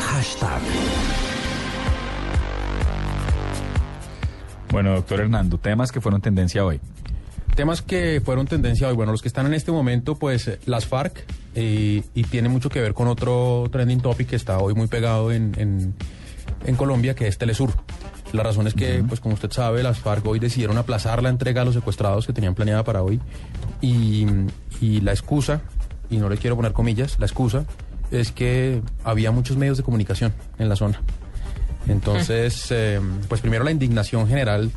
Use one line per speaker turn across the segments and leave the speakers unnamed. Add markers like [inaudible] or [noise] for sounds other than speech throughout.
hashtag.
Bueno, doctor Hernando, temas que fueron tendencia hoy.
Temas que fueron tendencia hoy. Bueno, los que están en este momento, pues las FARC, eh, y tiene mucho que ver con otro trending topic que está hoy muy pegado en, en, en Colombia, que es Telesur. La razón es que, pues como usted sabe, las FARC hoy decidieron aplazar la entrega a los secuestrados que tenían planeada para hoy. Y, y la excusa, y no le quiero poner comillas, la excusa es que había muchos medios de comunicación en la zona. Entonces, eh, pues primero la indignación general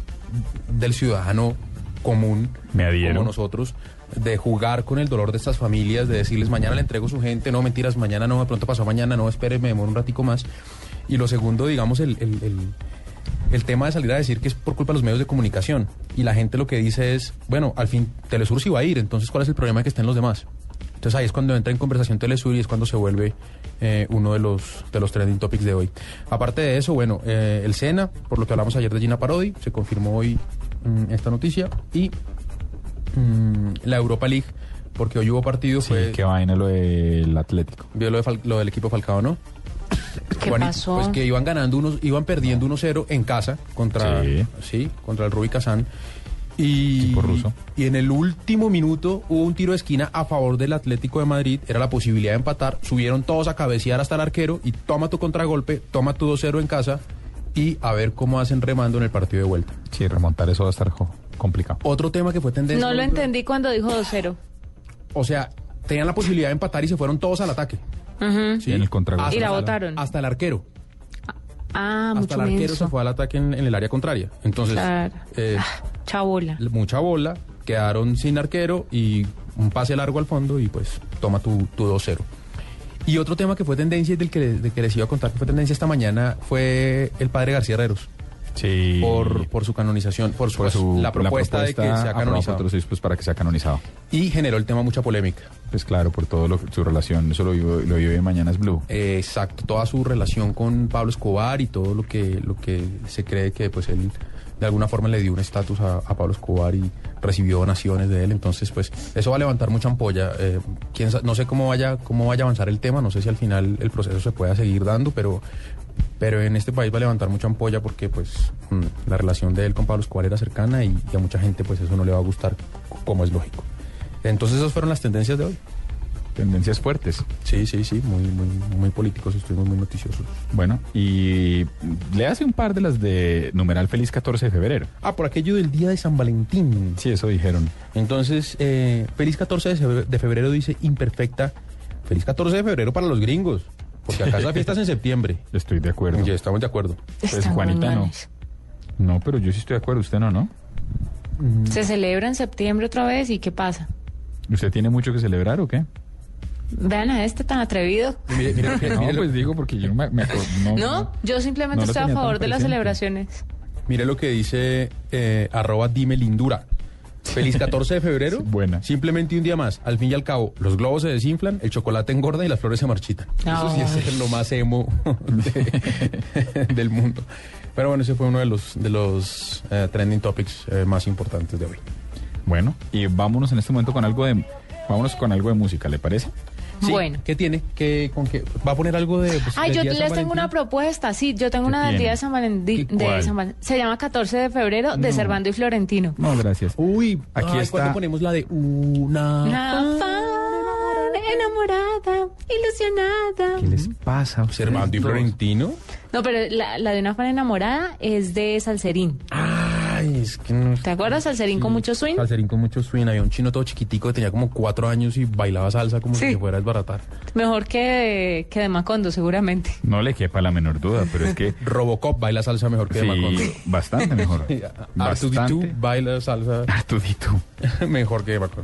del ciudadano común,
Me adhiero.
como nosotros, de jugar con el dolor de estas familias, de decirles mañana le entrego su gente, no mentiras, mañana no, de pronto pasó mañana, no, espere, me demoro un ratico más. Y lo segundo, digamos, el, el- el- el tema de salir a decir que es por culpa de los medios de comunicación. Y la gente lo que dice es, bueno, al fin Telesur sí va a ir, entonces ¿cuál es el problema de que estén los demás? Entonces ahí es cuando entra en conversación Telesur y es cuando se vuelve eh, uno de los, de los trending topics de hoy. Aparte de eso, bueno, eh, el SENA, por lo que hablamos ayer de Gina Parodi, se confirmó hoy mm, esta noticia. Y mm, la Europa League, porque hoy hubo partido,
Sí,
fue...
Pues, qué vaina lo del Atlético.
Vio lo, de Fal- lo del equipo Falcao, ¿no?
¿Qué
Juanito,
pasó?
Pues que iban ganando unos, iban perdiendo 1-0 en casa contra,
Sí.
sí. contra el Rubí Kazán. Y,
Equipo ruso.
y en el último minuto hubo un tiro de esquina a favor del Atlético de Madrid. Era la posibilidad de empatar. Subieron todos a cabecear hasta el arquero y toma tu contragolpe, toma tu 2-0 en casa y a ver cómo hacen remando en el partido de vuelta.
Sí, remontar eso va a estar jo- complicado.
Otro tema que fue tendencia.
No lo entendí cuando dijo 2-0.
O sea, tenían la posibilidad de empatar y se fueron todos al ataque. Sí.
En el contragolpe.
Hasta
Y la
el-
botaron.
Hasta el arquero.
Ah,
hasta
mucho
el arquero
menso.
se fue al ataque en, en el área contraria. Entonces,
Claro. Ah.
eh,
Chabola.
mucha bola, quedaron sin arquero y un pase largo al fondo y pues toma tu, tu 2-0. Y otro tema que fue tendencia y del que, del que les iba a contar que fue tendencia esta mañana fue el padre García Herreros
Sí.
por, por su canonización, por su,
Por su-
la, propuesta de que sea
aprobada por
canonizado.
otros obispos para que sea canonizado.
Y generó el tema mucha polémica.
Pues claro, por todo lo, que- su relación, eso lo vivo, lo vive Mañana es Blue.
Eh, exacto, toda su relación con Pablo Escobar y todo lo que, lo que se cree que pues él de alguna forma le dio un estatus a, a Pablo Escobar y recibió donaciones de él. Entonces, pues, eso va a levantar mucha ampolla. Eh, quién sa- no sé cómo vaya, cómo vaya a avanzar el tema, no sé si al final el proceso se pueda seguir dando, pero, pero en este país va a levantar mucha ampolla porque pues mm, la relación de él con Pablo Escobar era cercana y, y a mucha gente pues eso no le va a gustar, c- como es lógico. Entonces esas fueron las tendencias de hoy.
Tendencias fuertes.
Sí, sí, sí, muy, muy, muy políticos, estuvimos muy noticiosos.
Bueno, y le hace un par de las de numeral feliz 14 de febrero.
Ah, por aquello del día de San Valentín.
Sí, eso dijeron.
Entonces, eh, feliz 14 de febrero, de febrero dice imperfecta. Feliz 14 de febrero para los gringos. Porque acá la fiesta es en [laughs] septiembre.
Estoy de acuerdo.
Ya estamos de acuerdo.
Pues,
Están
Juanita, no.
huevones.
No, pero yo sí estoy de acuerdo. Usted no, ¿no?
Se celebra en septiembre otra vez y ¿qué pasa?
¿Usted tiene mucho que celebrar [laughs] o qué?
Vean a este tan atrevido.
Mire, mire lo que-
No,
mire lo-
pues digo porque yo me, me acuerdo. No,
[laughs] No, yo simplemente
No lo
estoy a
tenía tan
favor de las
presente.
celebraciones.
mire lo que dice eh, arroba dime lindura.
[laughs]
Feliz 14 de febrero.
Sí, buena.
Simplemente un día más. Al fin y al cabo, los globos se desinflan, el chocolate engorda y las flores se marchitan. Eso sí
Ay.
es lo más emo [laughs] de- [laughs] del mundo. Pero bueno, ese fue uno de los, de los eh, trending topics eh, más importantes de hoy.
Bueno, y vámonos en este momento con algo de vámonos con algo de música, ¿le parece?
Sí,
Bueno.
¿Qué tiene? ¿Qué, con qué? ¿Va a poner algo de.? pues,
Ay,
del
yo
día de
les
San
tengo una
Valentín?
propuesta. Sí, yo tengo
¿Qué
una del
tiene?
día de San Valentín.
¿Y cuál?
De San Val- se llama 14 de febrero de
No.
Servando y Florentino.
No, gracias.
Uy,
Aquí
aquí
está.
¿Cuándo ponemos la de una.
Una fan enamorada, ilusionada.
¿Qué les pasa? a ustedes
Servando y
dos?
Florentino.
No, pero la, la de una fan enamorada es de Salserín.
Ay, es que no.
¿Te acuerdas Salserín con mucho swing?
Salserín con mucho swing. Había un chino todo chiquitico que tenía como cuatro años y bailaba salsa como
Sí.
si se fuera a desbaratar.
Mejor que de, que de Macondo, seguramente.
No le quepa la menor duda, pero es que
Robocop baila salsa mejor que
sí,
Macondo.
bastante mejor.
Artudito
bastante.
baila salsa [laughs]
Artudito.
mejor que Macondo.